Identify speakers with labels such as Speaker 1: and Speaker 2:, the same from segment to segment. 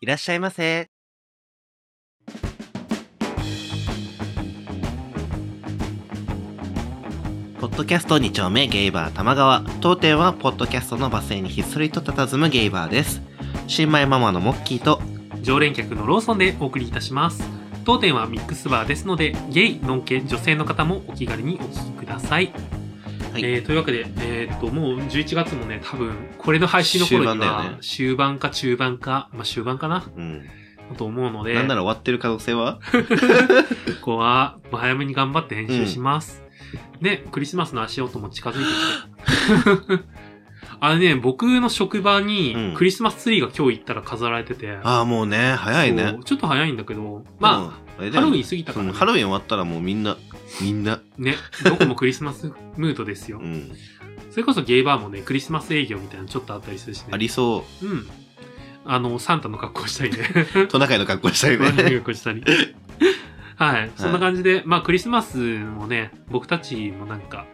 Speaker 1: いらっしゃいませ。ポッドキャスト2丁目ゲイバー玉川当店はポッドキャストのバス停にひっそりと佇むゲイバーです新米ママのモッキーと
Speaker 2: 常連客のローソンでお送りいたします当店はミックスバーですのでゲイノン系女性の方もお気軽にお聞きください、
Speaker 1: はい
Speaker 2: えーというわけで、えー、ともう11月もね多分これの配信の頃に
Speaker 1: 終盤だよね
Speaker 2: は終盤か中盤か、まあ、終盤かな
Speaker 1: うん、
Speaker 2: と思うので
Speaker 1: なんなら終わってる可能性は
Speaker 2: ここはまあ早めに頑張って編集します、でクリスマスの足音も近づいて きてあのね僕の職場
Speaker 1: うん
Speaker 2: にクリスマスツリーが今日行ったら飾られてて、
Speaker 1: ああもうね早いね
Speaker 2: そうちょっと早いんだけどまあ、
Speaker 1: あ、うんあれだ
Speaker 2: ハ
Speaker 1: よ
Speaker 2: ロウ
Speaker 1: ね
Speaker 2: ィン過ぎたから、
Speaker 1: う
Speaker 2: ね
Speaker 1: んハロウィン終わったらもうみんなみんな
Speaker 2: ね、どこもクリスマスムードですよ
Speaker 1: う。ん
Speaker 2: それこそゲイバーもね、クリスマス営業みたいなのちょっとあったりするしね。
Speaker 1: ありそ
Speaker 2: うん。あの、サンタの格好 したりね。
Speaker 1: うトナカイの格好したよ
Speaker 2: サンタの
Speaker 1: ね
Speaker 2: 格好し たり。はい。そんな感じで、まあクリスマスもね、僕たちもなんか、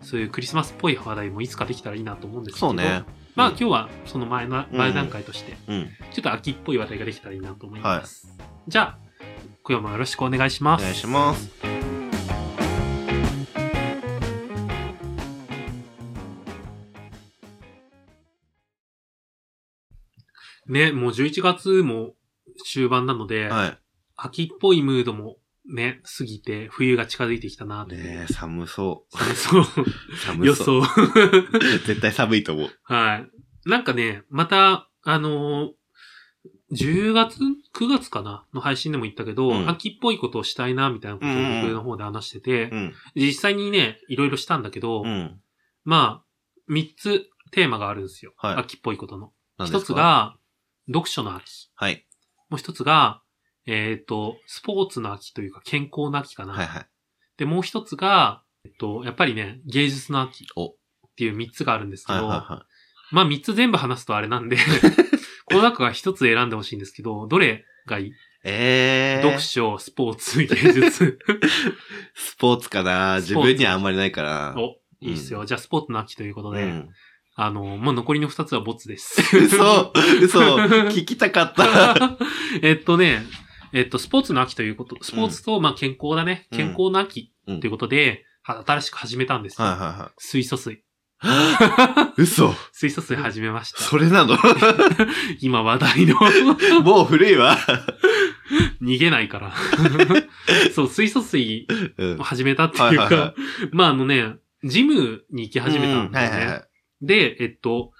Speaker 2: そういうクリスマスっぽい話題もいつかできたらいいなと思うんですけ ど。
Speaker 1: そうね
Speaker 2: まあ
Speaker 1: うん
Speaker 2: 今日はその前の、
Speaker 1: うん
Speaker 2: 前段階として、
Speaker 1: うん
Speaker 2: ちょっと秋っぽい話題ができたらいいなと思います。じゃあ、今日もよろしくお願いし
Speaker 1: お
Speaker 2: ます。
Speaker 1: 願いします
Speaker 2: ね、もう11月も終盤なので、
Speaker 1: は
Speaker 2: 秋っぽいムードもね、過ぎて、冬が近づいてきたなっ
Speaker 1: い
Speaker 2: て。
Speaker 1: ねえ寒そ
Speaker 2: そう、
Speaker 1: う寒
Speaker 2: 予
Speaker 1: そう
Speaker 2: 想。
Speaker 1: 絶対寒いと思う
Speaker 2: はい。なんかね、また、あのー10月 ?9 月かなの配信でも言ったけど、
Speaker 1: うん
Speaker 2: 秋っぽいことをしたいな、みたいなことを僕の方で話してて、
Speaker 1: うん
Speaker 2: 実際にね、いろいろしたんだけど、
Speaker 1: うん
Speaker 2: まあ、3つテーマがあるんですよ。
Speaker 1: はい
Speaker 2: 秋っぽいことの。
Speaker 1: 何で
Speaker 2: 一
Speaker 1: す
Speaker 2: つ
Speaker 1: か
Speaker 2: が、読書の秋。
Speaker 1: はい
Speaker 2: もう一つが、えっ、と、スポーツの秋というか健康の秋かな。
Speaker 1: はいはい
Speaker 2: で、もう一つが、えっと、やっぱりね、芸術の秋っ
Speaker 1: お
Speaker 2: ていう三つがあるんですけ
Speaker 1: はい
Speaker 2: ど、
Speaker 1: はいは
Speaker 2: まあ三つ全部話すとあれな んで、この中から一つ選んでほしいんですけど、どれがいい、
Speaker 1: いえー
Speaker 2: 読書、スポーツ、芸術。
Speaker 1: スポーツかな
Speaker 2: ス
Speaker 1: 自
Speaker 2: ポーツ
Speaker 1: 分 にはあんまりないから
Speaker 2: お、いいっすよ。じゃあスポーツの秋ということ
Speaker 1: う
Speaker 2: で、
Speaker 1: ん
Speaker 2: あの、もう残りの二つはボツです。
Speaker 1: 嘘嘘 聞きたかった。
Speaker 2: えっとね、えっと、スポーツの秋ということ、スポーツと、まあ健康だね。
Speaker 1: うん
Speaker 2: 健康の秋
Speaker 1: うん
Speaker 2: ということで、は新しく始めたんですよ。
Speaker 1: はいは
Speaker 2: 水素水。
Speaker 1: い はい。嘘
Speaker 2: 水素水始めました。
Speaker 1: それなの
Speaker 2: 今話題の
Speaker 1: もう古いわ。
Speaker 2: 逃げないから。 そう、水素水
Speaker 1: うん
Speaker 2: を始めたっていう
Speaker 1: はいはいは
Speaker 2: か、まああのね、ジムに行き始めたんだよ
Speaker 1: うんはいはい
Speaker 2: ね。
Speaker 1: は
Speaker 2: で、えっと、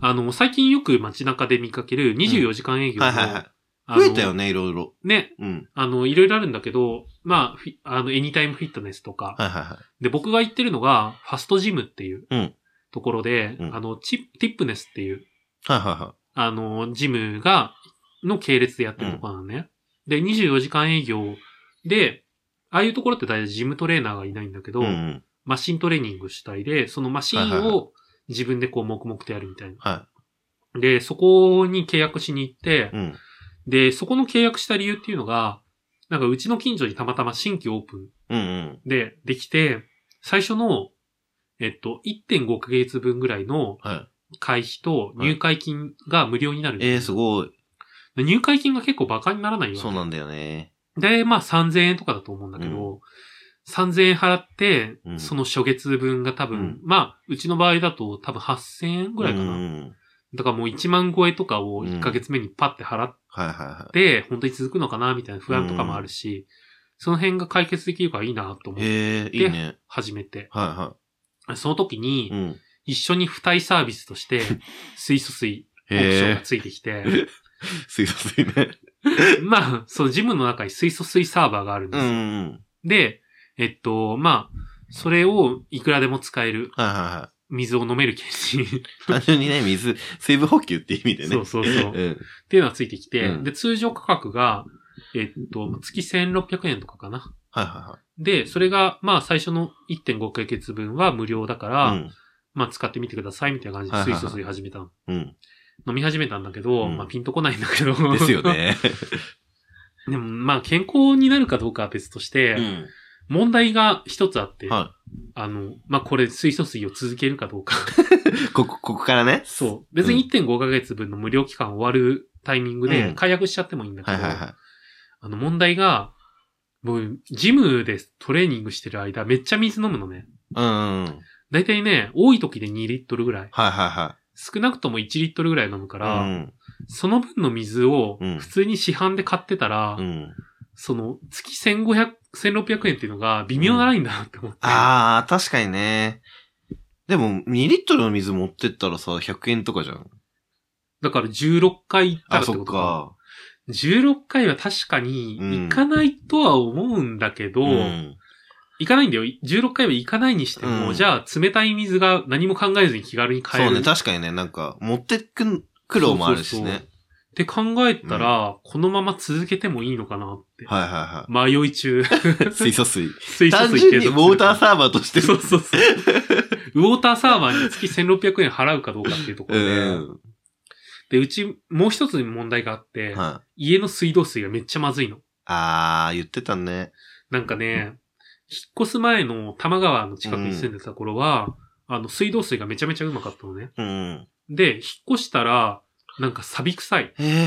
Speaker 2: あの、最近よく街中で見かける24時間営
Speaker 1: い
Speaker 2: 業の、
Speaker 1: はいはいは
Speaker 2: あ
Speaker 1: い。
Speaker 2: の
Speaker 1: 増えたよね、いろいろ。
Speaker 2: ね、
Speaker 1: うん。
Speaker 2: あの、いろいろあるんだけど、まあ、フィあの、エニタイムフィットネスとか、
Speaker 1: はいはいはい。
Speaker 2: で、僕が行ってるのが、ファストジムっていう
Speaker 1: うん
Speaker 2: ところで、
Speaker 1: うん
Speaker 2: あの、チップ、ティップネスっていう、
Speaker 1: はいはいは
Speaker 2: あの、ジムが、の系列でやってるとこなのね。で、24時間営業で、ああいうところって大体ジムトレーナーがいないんだけど、
Speaker 1: い。うんうん。
Speaker 2: マシントレーニング主体で、そのマシ
Speaker 1: はい
Speaker 2: ン
Speaker 1: はいは
Speaker 2: を自分でこう黙々とやるみたいな。
Speaker 1: は
Speaker 2: で、そこに契約しに行って
Speaker 1: い。う、ん。
Speaker 2: で、そこの契約した理由っていうのが、なんかうちの近所にたまたま新規オープン
Speaker 1: うんうん。
Speaker 2: でできて、最初の、えっと、1.5ヶ月分ぐらいの
Speaker 1: はい。
Speaker 2: 会費と入会金が無料になる。
Speaker 1: えー、すごい。
Speaker 2: で入会金が結構バカにならないよ。
Speaker 1: そうなんだよね。
Speaker 2: で、まあ3000円とかだと思うんだけど、3000円払って
Speaker 1: う、ん
Speaker 2: その初月分が多分、
Speaker 1: うん
Speaker 2: まあ、うちの場合だと多分8000円ぐらいかな。
Speaker 1: うん。
Speaker 2: だからもう1万超えとかを1ヶ月目にパッて払っ
Speaker 1: はいはいは
Speaker 2: て、本当に続くのかなみたいな不安とかもあるし、その辺が解決できるからいいなと思
Speaker 1: い。
Speaker 2: って
Speaker 1: えー、いいね。
Speaker 2: 始めて。
Speaker 1: はいは
Speaker 2: その時に、
Speaker 1: い。うん。
Speaker 2: 一緒に付帯サービスとして、 水素水、オプション
Speaker 1: へえ。
Speaker 2: がついてきて、
Speaker 1: 水素水ね。
Speaker 2: まあ、そのジムの中に水素水サーバーがあるんで
Speaker 1: う
Speaker 2: す
Speaker 1: ん
Speaker 2: よ。
Speaker 1: うん。
Speaker 2: で、えっと、まあ、それをいくらでも使える、
Speaker 1: はいはいは
Speaker 2: 水を飲める景品
Speaker 1: い。単純にね、水、水分補給って意味でね。
Speaker 2: そうそうそう
Speaker 1: うん。
Speaker 2: っていうのがついてきて、
Speaker 1: うん
Speaker 2: で、通常価格が、えっと、月1600円とかかな。
Speaker 1: はいは
Speaker 2: で、それが、まあ、最初の1.5ヶ月分は無料だか
Speaker 1: い
Speaker 2: ら、
Speaker 1: はい。うん。
Speaker 2: まあ、使ってみてくださいみたいな感じで
Speaker 1: はいはい
Speaker 2: 水
Speaker 1: はい
Speaker 2: 素水始めたの。
Speaker 1: うん。
Speaker 2: 飲み始めたんだけど、
Speaker 1: うん
Speaker 2: まあ、ピンとこないんだけど。
Speaker 1: ですよ。ね。
Speaker 2: でも、まあ、健康になるかどうかは別として、
Speaker 1: うん。
Speaker 2: 問題が一つあって、
Speaker 1: は
Speaker 2: あの、まあ、これ、水素水を続けるかどうか。
Speaker 1: い。ここ、ここからね。
Speaker 2: そう。別に1.5ヶ月分の無料期間終わるタイミング
Speaker 1: う
Speaker 2: で
Speaker 1: ん
Speaker 2: 解約しちゃってもいいんだけ
Speaker 1: はい
Speaker 2: ど、
Speaker 1: はいはい。
Speaker 2: あの問題が、僕、ジムでトレーニングしてる間、めっちゃ水飲むのね。
Speaker 1: うんうん。
Speaker 2: だいたいね、多い時で2リットルぐらい。
Speaker 1: はいはいは
Speaker 2: 少なくとも1リットルぐらい飲むか
Speaker 1: い。
Speaker 2: ら、
Speaker 1: うん。
Speaker 2: その分の水を
Speaker 1: うん
Speaker 2: 普通に市販で買ってたら、
Speaker 1: うん。
Speaker 2: その月1500、1600円っていうのが微妙なラインだなって思って。
Speaker 1: あー、確かにね。でも、2リットルの水持ってったらさ、100円とかじゃん。
Speaker 2: だから16回行ったら
Speaker 1: あ、
Speaker 2: って
Speaker 1: そ
Speaker 2: こ
Speaker 1: っ
Speaker 2: とか。
Speaker 1: か。
Speaker 2: 16回は確かに行かないとは思うんだけど、
Speaker 1: うん。
Speaker 2: 行かないんだよ。16回は行かないにしても、
Speaker 1: うん
Speaker 2: じゃあ冷たい水が何も考えずに気軽に買え
Speaker 1: そ
Speaker 2: る。
Speaker 1: うね、確かにね、なんか、持ってくん苦労もあるし
Speaker 2: そうそう
Speaker 1: ね
Speaker 2: そう。って考えたら、このまま続けてもいいのかなって。
Speaker 1: はいは
Speaker 2: 迷 い中。
Speaker 1: いはい。 水素水。
Speaker 2: 水素
Speaker 1: 単
Speaker 2: 水
Speaker 1: 純にウォーターサーバーとして
Speaker 2: そうそうそう。ウォーターサーバーに月1600円払うかどうかっていうとこ
Speaker 1: う
Speaker 2: ろで。
Speaker 1: ん。
Speaker 2: で、うちもう一つ問題があって、
Speaker 1: はい。
Speaker 2: 家の水道水がめっちゃまずいの。
Speaker 1: あー、言ってたね。
Speaker 2: なんかね、引っ越す前の多摩川の近くに住んでた頃は、あの、水道水がめちゃめちゃうまかったのね。
Speaker 1: うん。
Speaker 2: で、引っ越したら、なんか錆び臭い。
Speaker 1: え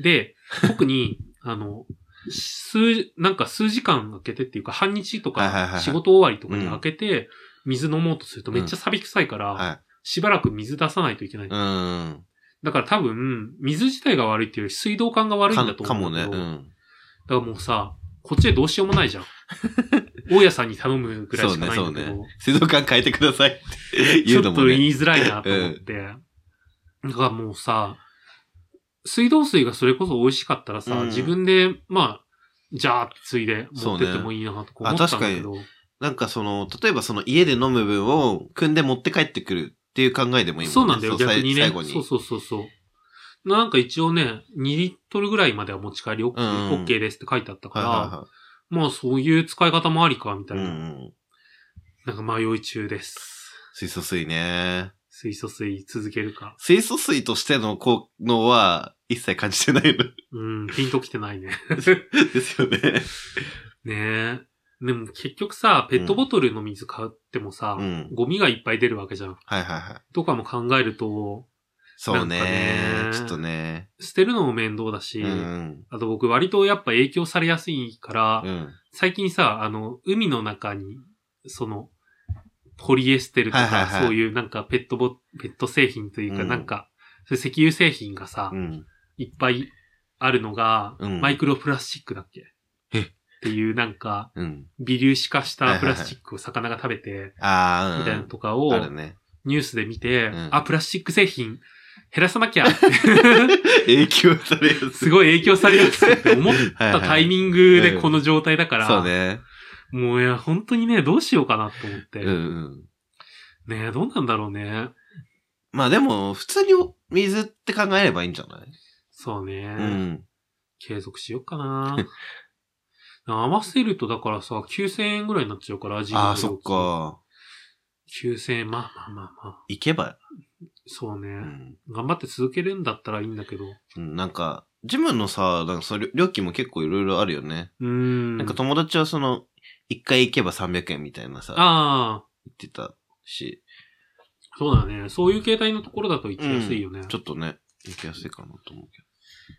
Speaker 1: ー。
Speaker 2: で、特に、 あの、数、なんか数時間空けてっていうか、半日と
Speaker 1: はいはいはいは
Speaker 2: か、
Speaker 1: い
Speaker 2: 仕事終わりとかに空けて、水飲もうとするとめっちゃ錆び臭いから、
Speaker 1: はい。
Speaker 2: しばらく水出さないといけない。
Speaker 1: うん。
Speaker 2: だから多分、水自体が悪いっていうより水道管が悪いんだと
Speaker 1: か
Speaker 2: 思
Speaker 1: も
Speaker 2: うん
Speaker 1: ね。
Speaker 2: だけど。
Speaker 1: うん。
Speaker 2: だからもうさ、こっちでどうしようもないじゃ ん。大家さんに頼むぐらいしかないんだけ
Speaker 1: そうねそう
Speaker 2: ど、
Speaker 1: 水道管変えてください って
Speaker 2: ち
Speaker 1: 言
Speaker 2: ょ
Speaker 1: う
Speaker 2: っ
Speaker 1: の
Speaker 2: と
Speaker 1: も
Speaker 2: 言
Speaker 1: ね。
Speaker 2: いづらいなと思って。だからもうさ、水道水がそれこそ美味しかったらさ、
Speaker 1: うん
Speaker 2: 自分で、まあ、じゃあってついで持ってってもいいなと思ったんだけど、
Speaker 1: なんかその、例えばその家で飲む分を組んで持って帰ってくるっていう考えでもいいもんね。
Speaker 2: そうなんだよ、
Speaker 1: さ
Speaker 2: 逆にね。
Speaker 1: 最後に。
Speaker 2: そうそうそうそう。なんか一応ね、2リットルぐらいまでは持ち帰り OK,、
Speaker 1: うんうん
Speaker 2: OK ですって書いてあったか
Speaker 1: はい
Speaker 2: ら、
Speaker 1: は
Speaker 2: まあそういう使い方もありか、みた
Speaker 1: い
Speaker 2: い
Speaker 1: はい。
Speaker 2: な。
Speaker 1: うんうん。
Speaker 2: なんか迷い中です。
Speaker 1: 水素水ね。
Speaker 2: 水素水続けるか。
Speaker 1: 水素水としての効能は一切感じてないの
Speaker 2: うん、ピンときてないね。
Speaker 1: ですよね。
Speaker 2: ねえ。でも結局さ、ペットボトルの水買ってもさ、
Speaker 1: うん。
Speaker 2: ゴミがいっぱい出るわけじゃん。
Speaker 1: はいはいはい。
Speaker 2: とかも考えると、
Speaker 1: そう
Speaker 2: なんか
Speaker 1: ね
Speaker 2: ね。
Speaker 1: ちょっとね。
Speaker 2: 捨てるのも面倒だし、
Speaker 1: うん
Speaker 2: あと僕割とやっぱ影響されやすいから、
Speaker 1: うん。うん。
Speaker 2: 最近さ、あの、海の中に、その、ポリエステルとか、
Speaker 1: はいはいはい
Speaker 2: そういうなんかペットボ、ペット製品というか、
Speaker 1: うん
Speaker 2: なんか、そういう石油製品がさ、
Speaker 1: うん。
Speaker 2: いっぱいあるのが、
Speaker 1: うん
Speaker 2: マイクロプラスチックだっけ
Speaker 1: え
Speaker 2: っていうなんか、
Speaker 1: うん。
Speaker 2: 微粒子化したプラスチックを魚が食べて、
Speaker 1: ああ、うん。
Speaker 2: みたいなのとか
Speaker 1: あ
Speaker 2: を
Speaker 1: るね。
Speaker 2: ニュースで見て、
Speaker 1: うん
Speaker 2: あ、プラスチック製品減らさなきゃ
Speaker 1: 影響されやすい。
Speaker 2: すごい影響されやすいって思っ
Speaker 1: はいは
Speaker 2: た
Speaker 1: い
Speaker 2: タイミングでこの状態だから、
Speaker 1: そうね。
Speaker 2: もういや、本当にね、どうしようかなと思って。
Speaker 1: うんうん。
Speaker 2: ねどうなんだろうね。
Speaker 1: まあでも、普通に水って考えればいいんじゃない、
Speaker 2: そうね。
Speaker 1: うん。
Speaker 2: 継続しようかな。 合わせるとだからさ、9000円ぐらいになっちゃうから、自分の
Speaker 1: ああ、そっか。
Speaker 2: 9000円、まあまあまあまあ。
Speaker 1: 行けば、
Speaker 2: そうね。
Speaker 1: うん。
Speaker 2: 頑張って続けるんだったらいいんだけど。う
Speaker 1: うんなんか、ジムのさ、なんかその料金も結構いろいろあるよね。
Speaker 2: ーん。
Speaker 1: なんか友達はその、一回行けば300円みたいなさ、言
Speaker 2: ああ、
Speaker 1: ってたし、
Speaker 2: そうだね。そういう形態のところだと行きやすいよね。
Speaker 1: ちょっとね、行きやすいかなと思うけ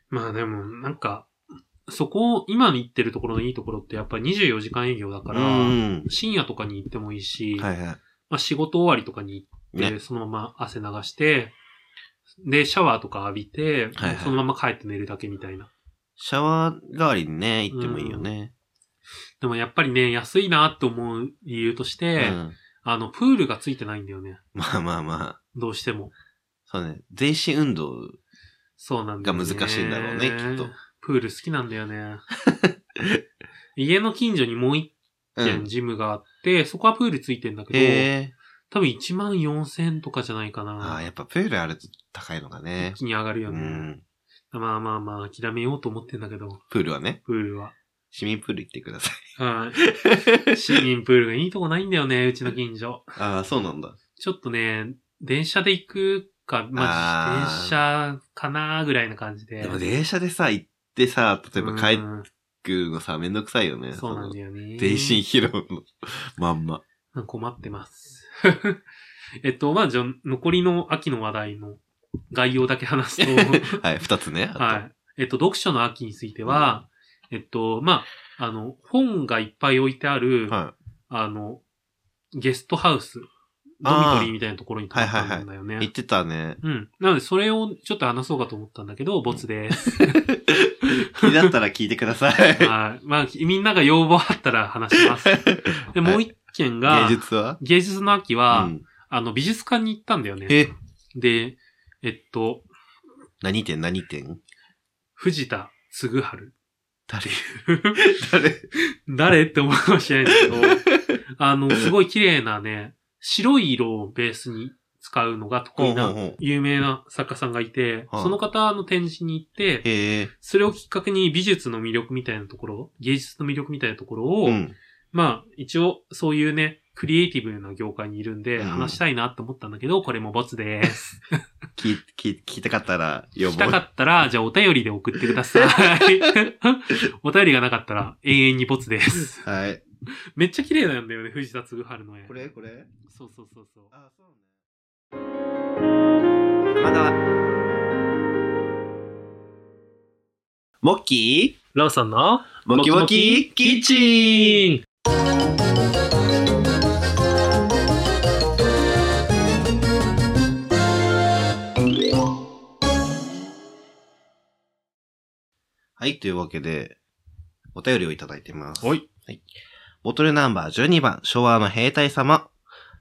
Speaker 2: まあでも、なんか、そこを、今行ってるところのいいところってやっぱり24時間営業だか
Speaker 1: ど。
Speaker 2: ら、
Speaker 1: うん。
Speaker 2: 深夜とかに行ってもいいし、
Speaker 1: はいは
Speaker 2: まあ仕事終わりとかに行
Speaker 1: い。
Speaker 2: って、
Speaker 1: ね。
Speaker 2: そのまま汗流して、で、シャワーとか浴びて、
Speaker 1: はいはい
Speaker 2: そのまま帰って寝るだけみたいな。
Speaker 1: シャワー代わりにね、行ってもいいよね。
Speaker 2: でもやっぱりね、安いなって思う理由とし
Speaker 1: う
Speaker 2: て、
Speaker 1: ん。
Speaker 2: あの、プールがついてないんだよね。
Speaker 1: まあまあまあ。
Speaker 2: どうしても。
Speaker 1: そうね。全身運動
Speaker 2: そうなんだ
Speaker 1: が
Speaker 2: よね。
Speaker 1: 難しいんだろうね、きっと。。
Speaker 2: プール好きなんだよね。 家の近所にもう一
Speaker 1: う
Speaker 2: 軒
Speaker 1: ん。
Speaker 2: ジムがあって、そこはプールついてんだけど、
Speaker 1: へえ。
Speaker 2: 多分1万4000とかじゃないかな。
Speaker 1: ああ、やっぱプールあると高いのがね
Speaker 2: 一。気に上がる
Speaker 1: う
Speaker 2: よね。
Speaker 1: ん。
Speaker 2: まあまあまあ、諦めようと思ってんだけど、
Speaker 1: プールはね、
Speaker 2: プールは。
Speaker 1: 市民プール行ってください。
Speaker 2: はい。市民プールがいいとこないんだよね、うちの近所。
Speaker 1: ああ、そうなんだ。
Speaker 2: ちょっとね、電車で行くか、まあ、
Speaker 1: あー
Speaker 2: 自転車かなぐらいな感じで。
Speaker 1: でも電車でさ、行ってさ、例えば帰って
Speaker 2: うん
Speaker 1: くるのさ、めんどくさいよね。
Speaker 2: そうなん
Speaker 1: の
Speaker 2: だよね。
Speaker 1: 全身疲労の まんま。
Speaker 2: 困ってます。えっと、まあ、じゃあ、残りの秋の話題の概要だけ話 すと、
Speaker 1: はい、二つね。あと
Speaker 2: はい。えっと、読書の秋については、えっと、まあ、あの、本がいっぱい置いてある、
Speaker 1: は
Speaker 2: あの、ゲストハウス、ドミトリーみたいなところに泊まったんだよね。
Speaker 1: い。言ってたね。
Speaker 2: うん。なので、それをちょっと話そうかと思ったんだけど、ボツです。
Speaker 1: 気になったら聞いてください。
Speaker 2: はい。まあ、みんなが要望あったら話 します。で、もう一件 が、
Speaker 1: 芸術は
Speaker 2: 芸術の秋
Speaker 1: う
Speaker 2: は、
Speaker 1: ん。
Speaker 2: あの、美術館に行ったんだよね。
Speaker 1: え、
Speaker 2: で、えっと、
Speaker 1: 何点何点
Speaker 2: 藤田嗣治。
Speaker 1: 誰誰
Speaker 2: 誰 って思うかもしれないんだけど、 あの、すごい綺麗なね、白い色をベースに使うのが得意な
Speaker 1: ほうほうほう、
Speaker 2: 有名な作家さんがいて、
Speaker 1: はい
Speaker 2: その方の展示に行って、
Speaker 1: へえ。
Speaker 2: それをきっかけに美術の魅力みたいなところ、芸術の魅力みたいなところを、
Speaker 1: うん。
Speaker 2: まあ、一応、そういうね、クリエイティブな業界にいるんで、
Speaker 1: うん
Speaker 2: 話したいなと思ったんだけど、これもボツです。
Speaker 1: 聞い、聞い、聞きたかったら、
Speaker 2: 聞
Speaker 1: 呼
Speaker 2: き
Speaker 1: ぼ
Speaker 2: たか
Speaker 1: う。
Speaker 2: っ たら、じゃあお便りで送ってください。お便りがなかったら、永遠にボツです。
Speaker 1: はい。
Speaker 2: めっちゃ綺麗なんだよね、藤田嗣治の絵。
Speaker 1: これこれ
Speaker 2: そうそうそうそう。
Speaker 1: あ、そうね。まだ。モッキ
Speaker 2: ラウさんの
Speaker 1: ーモキモキキッチン
Speaker 2: ン
Speaker 1: はい、というわけで、お便りをいただいてます。
Speaker 2: はい。
Speaker 1: ボトルナンバー12番、昭和の兵隊様。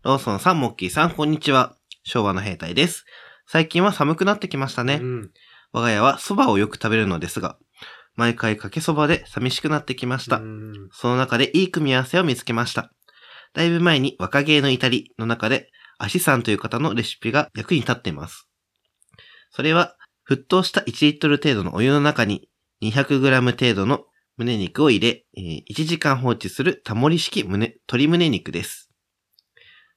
Speaker 1: ローソンさん、モッキーさん、こんにちは。昭和の兵隊です。最近は寒くなってきましたね。
Speaker 2: うん。
Speaker 1: 我が家は蕎麦をよく食べるのですが、毎回かけ蕎麦で寂しくなってきました。
Speaker 2: うん
Speaker 1: その中でいい組み合わせを見つけました。だいぶ前に若芸の至りの中で、アシさんという方のレシピが役に立っています。それは、沸騰した1リットル程度のお湯の中に 200g 程度の胸肉を入れ、えー1時間放置するタモリ式胸、鶏胸肉です。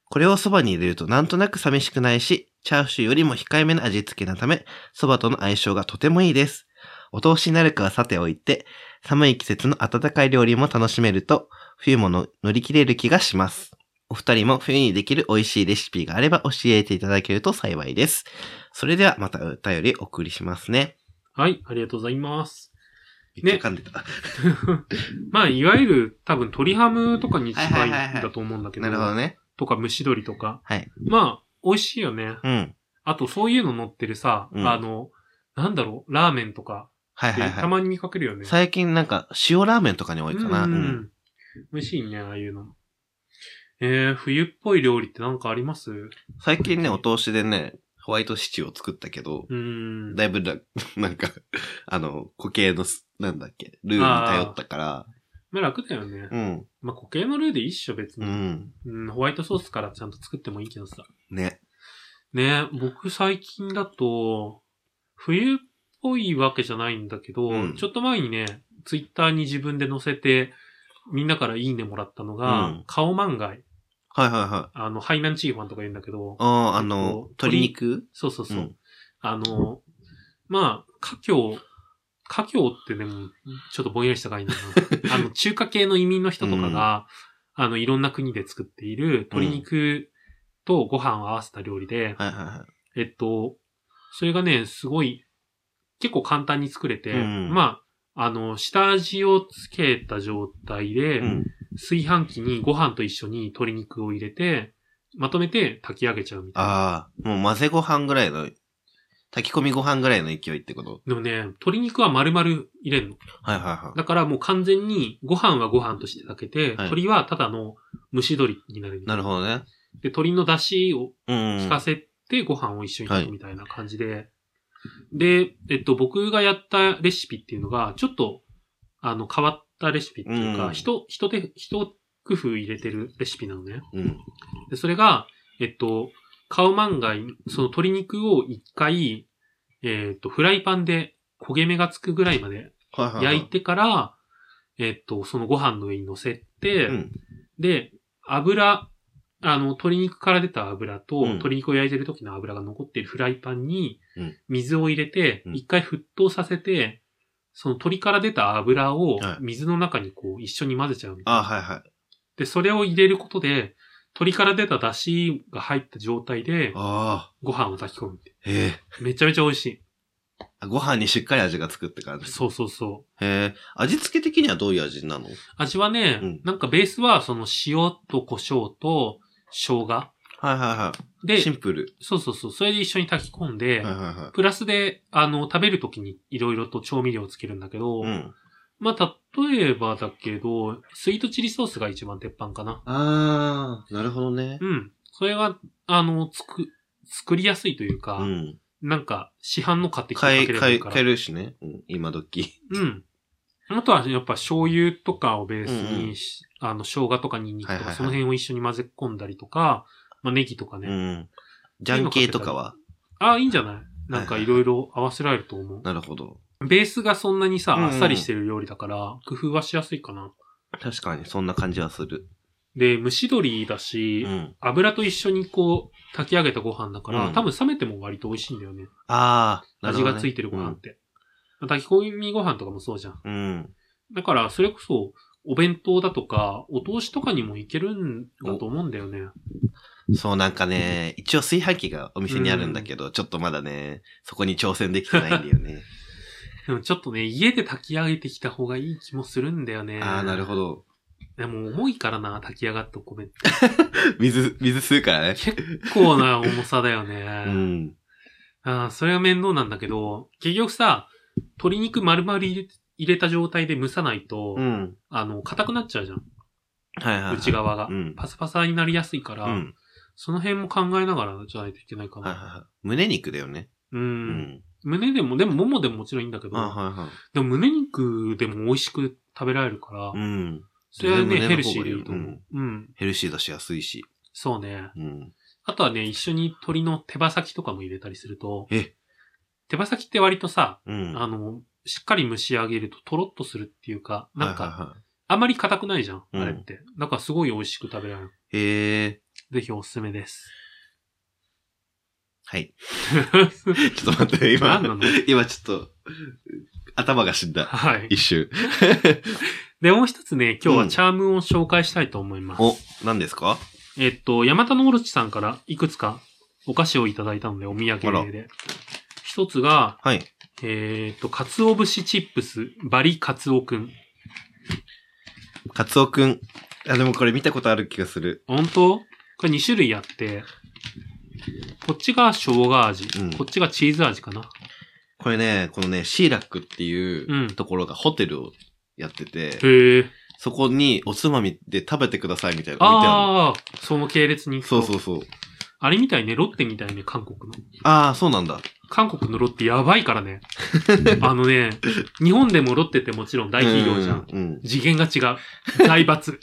Speaker 1: これをそばに入れるとなんとなく寂しくないし、チャーシューよりも控えめな味付けなため、そばとの相性がとてもいいです。お通しになるかはさておいて、寒い季節の温かい料理も楽しめると、冬もの乗り切れる気がします。お二人も冬にできる美味しいレシピがあれば教えていただけると幸いです。それではまたお便りお送りしますね。
Speaker 2: はい、ありがとうございます。
Speaker 1: めっちゃ噛んでた。
Speaker 2: まあ、いわゆる多分鳥ハムとかに
Speaker 1: は
Speaker 2: 近い
Speaker 1: い
Speaker 2: ん
Speaker 1: はいはいはい
Speaker 2: だと思うんだけど、
Speaker 1: なるほどね。
Speaker 2: とか蒸し鶏とか。
Speaker 1: はい。
Speaker 2: まあ、美味しいよね。
Speaker 1: うん。
Speaker 2: あと、そういうの乗ってるさ、
Speaker 1: うん
Speaker 2: あの、なんだろう、ラーメンとか、
Speaker 1: はいはい
Speaker 2: た
Speaker 1: は
Speaker 2: まに見かけるよね
Speaker 1: い。。最近なんか塩ラーメンとかに多いかな。
Speaker 2: う
Speaker 1: うん。
Speaker 2: うんん。美味しいね、ああいうの。えー、冬っぽい料理ってなんかありますう
Speaker 1: 最近ね、お通しでね、ホワイトシチューを作ったけど、
Speaker 2: ーん。
Speaker 1: だいぶら、 なんか、あの、固形のす、なんだっけ、ルーに頼ったから、
Speaker 2: まあ楽だよね。
Speaker 1: うん。
Speaker 2: まあ固形のルーでいいっしょ、別
Speaker 1: う
Speaker 2: に、
Speaker 1: ん。
Speaker 2: うん。ホワイトソースからちゃんと作ってもいいけどさ。
Speaker 1: ね。
Speaker 2: ね、僕最近だと、冬っぽいわけじゃないんだけど、
Speaker 1: うん
Speaker 2: ちょっと前にね、ツイッターに自分で載せて、みんなからいいねもらったのが、
Speaker 1: うん
Speaker 2: カオマンガイ。
Speaker 1: はいはいはい。
Speaker 2: あの、ハイナンチーファンとか言うんだけど、
Speaker 1: ああ、あ
Speaker 2: えっ
Speaker 1: の
Speaker 2: と、
Speaker 1: 鶏肉
Speaker 2: そうそうそう。
Speaker 1: うん
Speaker 2: あの、まあ、家境、家境ってね、もうちょっとぼんやりした概念だ なあの、中華系の移民の人とかが、あの、いろんな国で作っている鶏肉とご飯を合わせた料理で、
Speaker 1: はいはいはい。
Speaker 2: えっと、それがね、すごい、結構簡単に作れて、
Speaker 1: うん
Speaker 2: まあ、あの、下味をつけた状態で、
Speaker 1: うん。
Speaker 2: 炊飯器にご飯と一緒に鶏肉を入れて、まとめて炊き上げちゃうみたいな。
Speaker 1: ああ、もう混ぜご飯ぐらいの、炊き込みご飯ぐらいの勢いってこと
Speaker 2: でもね、鶏肉は丸々入れるの。
Speaker 1: はいはいはい。
Speaker 2: だからもう完全にご飯はご飯として炊けて、
Speaker 1: はい
Speaker 2: 鶏はただの蒸し鶏になる。
Speaker 1: なるほどね。
Speaker 2: で、鶏の出汁を
Speaker 1: うん、う
Speaker 2: 効
Speaker 1: ん。
Speaker 2: かせてご飯を一緒に炊くみたいな感じで。で、えっと、僕がやったレシピっていうのが、ちょっと、あの、変わったレシピっていうか、
Speaker 1: うん
Speaker 2: 人、人で、人工夫入れてるレシピなのね。
Speaker 1: うん。
Speaker 2: で、それが、えっと、カオマンガイ、その鶏肉を一回、えっと、フライパンで焦げ目がつくぐらいまで
Speaker 1: はいはいはい。
Speaker 2: 焼いてから、えっと、そのご飯の上に乗せて、
Speaker 1: うん。
Speaker 2: で、油、あの、鶏肉から出た油と、
Speaker 1: うん
Speaker 2: 鶏肉を焼いてる時の油が残っているフライパンに
Speaker 1: うん、
Speaker 2: 水を入れて
Speaker 1: う、ん
Speaker 2: 一回沸騰させて、その鶏から出た油を
Speaker 1: はい
Speaker 2: 水の中にこう一緒に混ぜちゃうみたいな
Speaker 1: ああ、はいはい。
Speaker 2: で、それを入れることで、鶏から出た出汁が入った状態で、
Speaker 1: ああ、
Speaker 2: ご飯を炊き込むって。
Speaker 1: へえ
Speaker 2: めちゃめちゃ美味し
Speaker 1: あ。ご飯にしっかり味がつくって感
Speaker 2: い。
Speaker 1: じ。
Speaker 2: そうそうそう。
Speaker 1: へえ。味付け的にはどういう味なの
Speaker 2: 味はね、
Speaker 1: うん
Speaker 2: なんかベースはその塩と胡椒と生姜。
Speaker 1: はいはいは
Speaker 2: で
Speaker 1: い。シ、ンプル。
Speaker 2: そうそうそう、それで一緒に炊き込んで、
Speaker 1: はいはいは
Speaker 2: プラスで、あの、食べるときにいろいろと調味料をつけるんだけど、
Speaker 1: い。うん。
Speaker 2: まあ、例えばだけど、スイートチリソースが一番鉄板かな。
Speaker 1: ああ、なるほどね。
Speaker 2: うん。それが、あの、つく、作りやすいというか、
Speaker 1: うん。
Speaker 2: なんか、市販の買ってきてか
Speaker 1: 買
Speaker 2: け
Speaker 1: え、
Speaker 2: れば
Speaker 1: 買
Speaker 2: い
Speaker 1: え、
Speaker 2: いか
Speaker 1: 買え
Speaker 2: ら。
Speaker 1: るしね。うん。今時。
Speaker 2: うん。あとは、やっぱ醤油とかをベース
Speaker 1: うんう
Speaker 2: にし、あの、生姜とかニンニクと
Speaker 1: はいはいは
Speaker 2: か、
Speaker 1: い
Speaker 2: その辺を一緒に混ぜ込んだりとか、まあ、ネギとかね。
Speaker 1: うん。じゃんけいとかは
Speaker 2: ああ、いいんじゃないなんかいろいろ合わせられると思う。
Speaker 1: なるほど。
Speaker 2: ベースがそんなにさ、
Speaker 1: うんうん
Speaker 2: あっさりしてる料理だから、工夫はしやすいかな。
Speaker 1: 確かに、そんな感じはする。
Speaker 2: で、蒸し鶏だし、
Speaker 1: うん。
Speaker 2: 油と一緒にこう、炊き上げたご飯だから、
Speaker 1: うん
Speaker 2: 多分冷めても割と美味しいんだよね。
Speaker 1: ああ、なる
Speaker 2: 味
Speaker 1: ほどね
Speaker 2: がついてるご飯って。炊き込みご飯とかもそうじゃん。
Speaker 1: うん。うん。
Speaker 2: だから、それこそ、お弁当だとか、お通しとかにもいけるんだと思うんだよね。
Speaker 1: そう、なんかね、一応炊飯器がお店にあるんだけど、ちょっとまだね、そこに挑戦できてないんだよ ね。
Speaker 2: でもちょっとね、家で炊き上げてきた方がいい気もするんだよね。
Speaker 1: ああ、なるほど。
Speaker 2: でも重いからな、炊き上がったお米って。
Speaker 1: 水、水吸うからね。
Speaker 2: 結構な重さだよね。
Speaker 1: うん。
Speaker 2: ああ、それは面倒なんだけど、結局さ、鶏肉丸々入れ入れた状態で蒸さないと、
Speaker 1: うん。
Speaker 2: あの、硬くなっちゃうじゃん。
Speaker 1: はいはい、はい。
Speaker 2: 内側が。
Speaker 1: うん
Speaker 2: パサパサになりやすいから、
Speaker 1: うん。
Speaker 2: その辺も考えながらじゃないといけないかな。
Speaker 1: はいはいはい。胸肉だよね。
Speaker 2: う。。
Speaker 1: うん
Speaker 2: 胸でも、でもももでももちろんいいんだけど、
Speaker 1: あはいは
Speaker 2: でも胸肉でも美味しく食べられるから、
Speaker 1: い。うん。
Speaker 2: それはね、
Speaker 1: 全然胸の方が
Speaker 2: ヘルシーでいいと思う。うん、
Speaker 1: ヘルシーだし安いし。
Speaker 2: そうね。
Speaker 1: うん。
Speaker 2: あとはね、一緒に鶏の手羽先とかも入れたりすると、
Speaker 1: え
Speaker 2: 手羽先って割とさ、
Speaker 1: うん。
Speaker 2: あの、しっかり蒸し上げるとトロッとするっていうか、なん
Speaker 1: はい
Speaker 2: か、
Speaker 1: はいはい
Speaker 2: あまり硬くないじゃん、
Speaker 1: うん
Speaker 2: あれって。だからすごい美味しく食べられる。
Speaker 1: へえ。
Speaker 2: ぜひおすすめです。
Speaker 1: はい。ちょっと待って、今
Speaker 2: 何なの、
Speaker 1: 今ちょっと、頭が死んだ。
Speaker 2: はい。
Speaker 1: 一瞬。
Speaker 2: で、もう一つね、今日
Speaker 1: う
Speaker 2: は
Speaker 1: ん
Speaker 2: チャームを紹介したいと思います。
Speaker 1: お、何ですか
Speaker 2: えっと、山田のオロチさんからいくつかお菓子をいただいたので、お土産で。一つが、
Speaker 1: はい。
Speaker 2: えっと、かつお節チップス、バリカツオくん。
Speaker 1: カツオくん。あ、でもこれ見たことある気がする。
Speaker 2: 本当これ2種類あって、こっちが生姜味、
Speaker 1: うん
Speaker 2: こっちがチーズ味かな。
Speaker 1: これね、このね、シーラックってい
Speaker 2: うん
Speaker 1: うところがホテルをやってて、
Speaker 2: へえ。
Speaker 1: そこにおつまみで食べてくださいみたいなの置いてあ
Speaker 2: ああ、その系列に
Speaker 1: るそ
Speaker 2: 行くと
Speaker 1: うそうそう。
Speaker 2: あれみたいね、ロッテみたいね、韓国の。
Speaker 1: ああ、そうなん だ。
Speaker 2: 韓国のロッテやばいからね。あのね、日本でもロッテってもちろん大企業じゃん。
Speaker 1: うん。うん
Speaker 2: 次元が違う。財閥。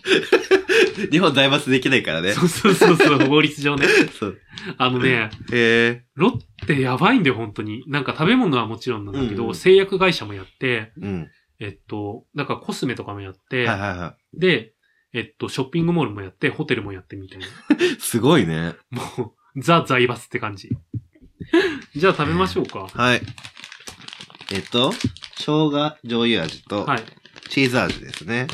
Speaker 1: 日本財閥できないからね。
Speaker 2: そうそうそうそう、法律上ね。
Speaker 1: そう。
Speaker 2: あのね、
Speaker 1: へえ。
Speaker 2: ロッテやばいんだよ、本当に。なんか食べ物はもちろんなんだけど、
Speaker 1: うんうん
Speaker 2: 製薬会社もやって、
Speaker 1: うん。
Speaker 2: えっと、なんかコスメとかもやって、
Speaker 1: はいはいは
Speaker 2: で、えっと、ショッピングモールもやって、ホテルもやってみたいな。
Speaker 1: い。すごいね。
Speaker 2: もう、ザ・財閥って感じ。じゃあ食べましょうか。
Speaker 1: はい。えっと、生姜醤油味と、
Speaker 2: はい。
Speaker 1: チーズ味ですね。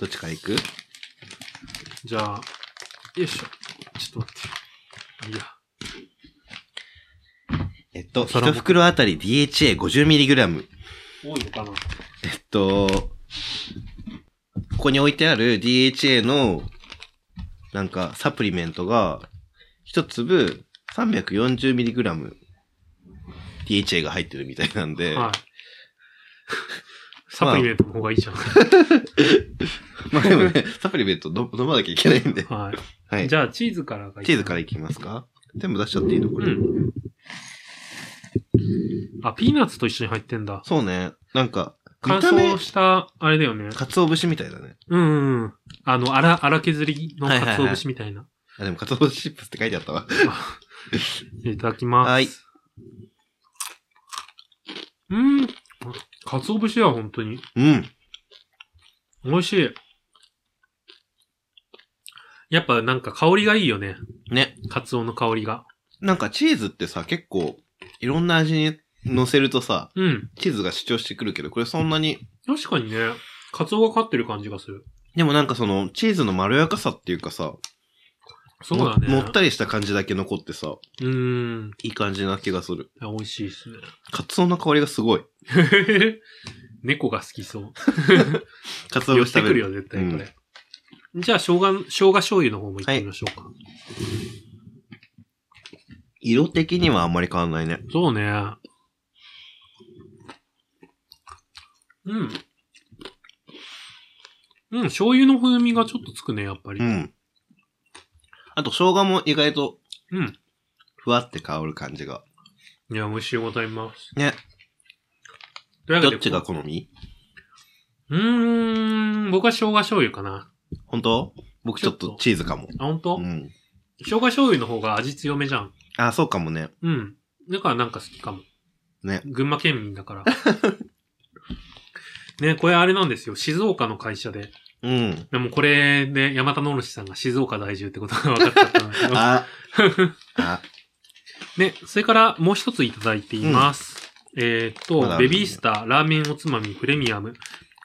Speaker 1: どっちからいく
Speaker 2: じゃあ、よいしょ。ちょっと待って。いや。
Speaker 1: えっと、
Speaker 2: それも
Speaker 1: 1袋あたり DHA50mg。
Speaker 2: 多いのかな
Speaker 1: えっと、ここに置いてある DHA の、なんか、サプリメントが、一粒 340mg、DHA が入ってるみたいなんで、
Speaker 2: はい。サプリメントの方がいいじゃん。
Speaker 1: まあでもね、サプリメント飲飲まなきゃいけないんで。
Speaker 2: は。
Speaker 1: はいい。
Speaker 2: じゃあ、チーズからがいい。
Speaker 1: チーズからいきますか全部出しちゃっていいのこれ。
Speaker 2: うん。あ、ピーナッツと一緒に入ってんだ。
Speaker 1: そうね。なんか、
Speaker 2: 乾
Speaker 1: 見た目
Speaker 2: 燥、した、あれだよね。
Speaker 1: 鰹節みたいだね。
Speaker 2: うんうんうん。あの、荒、荒削りの
Speaker 1: はいはいはい
Speaker 2: 鰹節みたいな。
Speaker 1: あ、でも鰹節チップスって書いてあったわ。
Speaker 2: いただきます。
Speaker 1: はい。
Speaker 2: うん。鰹節は本当に。
Speaker 1: うん。
Speaker 2: 美味しい。やっぱなんか香りがいいよね。
Speaker 1: ね。
Speaker 2: 鰹の香りが。
Speaker 1: なんかチーズってさ、結構、いろんな味に乗せるとさ、
Speaker 2: うん。
Speaker 1: チーズが主張してくるけど、これそんなに、
Speaker 2: 確かにね、鰹が勝ってる感じがする。
Speaker 1: でもなんかその、チーズのまろやかさっていうかさ、
Speaker 2: そうだね。
Speaker 1: ももったりした感じだけ残ってさ、
Speaker 2: うーん。
Speaker 1: いい感じな気がする。
Speaker 2: 美味しいですね。
Speaker 1: カツオの香りがすごい。
Speaker 2: 猫が好きそう。
Speaker 1: カツオ
Speaker 2: 寄
Speaker 1: を
Speaker 2: って
Speaker 1: 食べ
Speaker 2: くる
Speaker 1: る。
Speaker 2: よ、絶対これ。じゃあ、生姜、生姜醤油の方もいってみましょうか。
Speaker 1: 色的にはあんまり変わんないね。
Speaker 2: そうね。うん。うん、醤油の風味がちょっとつくね、やっぱり。
Speaker 1: うん。あと、生姜も意外と、
Speaker 2: うん。
Speaker 1: ふわって香る感じが。
Speaker 2: いや、美味しゅうございます。
Speaker 1: ね。
Speaker 2: というわけ
Speaker 1: ど
Speaker 2: で
Speaker 1: っちが好み
Speaker 2: うーん、僕は生姜醤油かな。
Speaker 1: 本当僕ちょっ
Speaker 2: ちょっ
Speaker 1: と
Speaker 2: と
Speaker 1: チーズかも。
Speaker 2: あ、ほんと、
Speaker 1: うん。
Speaker 2: 生姜醤油の方が味強めじゃん。
Speaker 1: あ、そうかもね。
Speaker 2: うん。だからなんか好きかも。
Speaker 1: ね。
Speaker 2: 群馬県民だから。 ね、これあれなんですよ。静岡の会社で。
Speaker 1: うん。
Speaker 2: でもこれで、山田の主さんが静岡在住ってことが分かっちゃったんだけ ど。
Speaker 1: あ、あ、
Speaker 2: ね、それからもう一ついただいています。えーっと、
Speaker 1: まだある
Speaker 2: ベビースター、ラーメンおつまみプレミアム、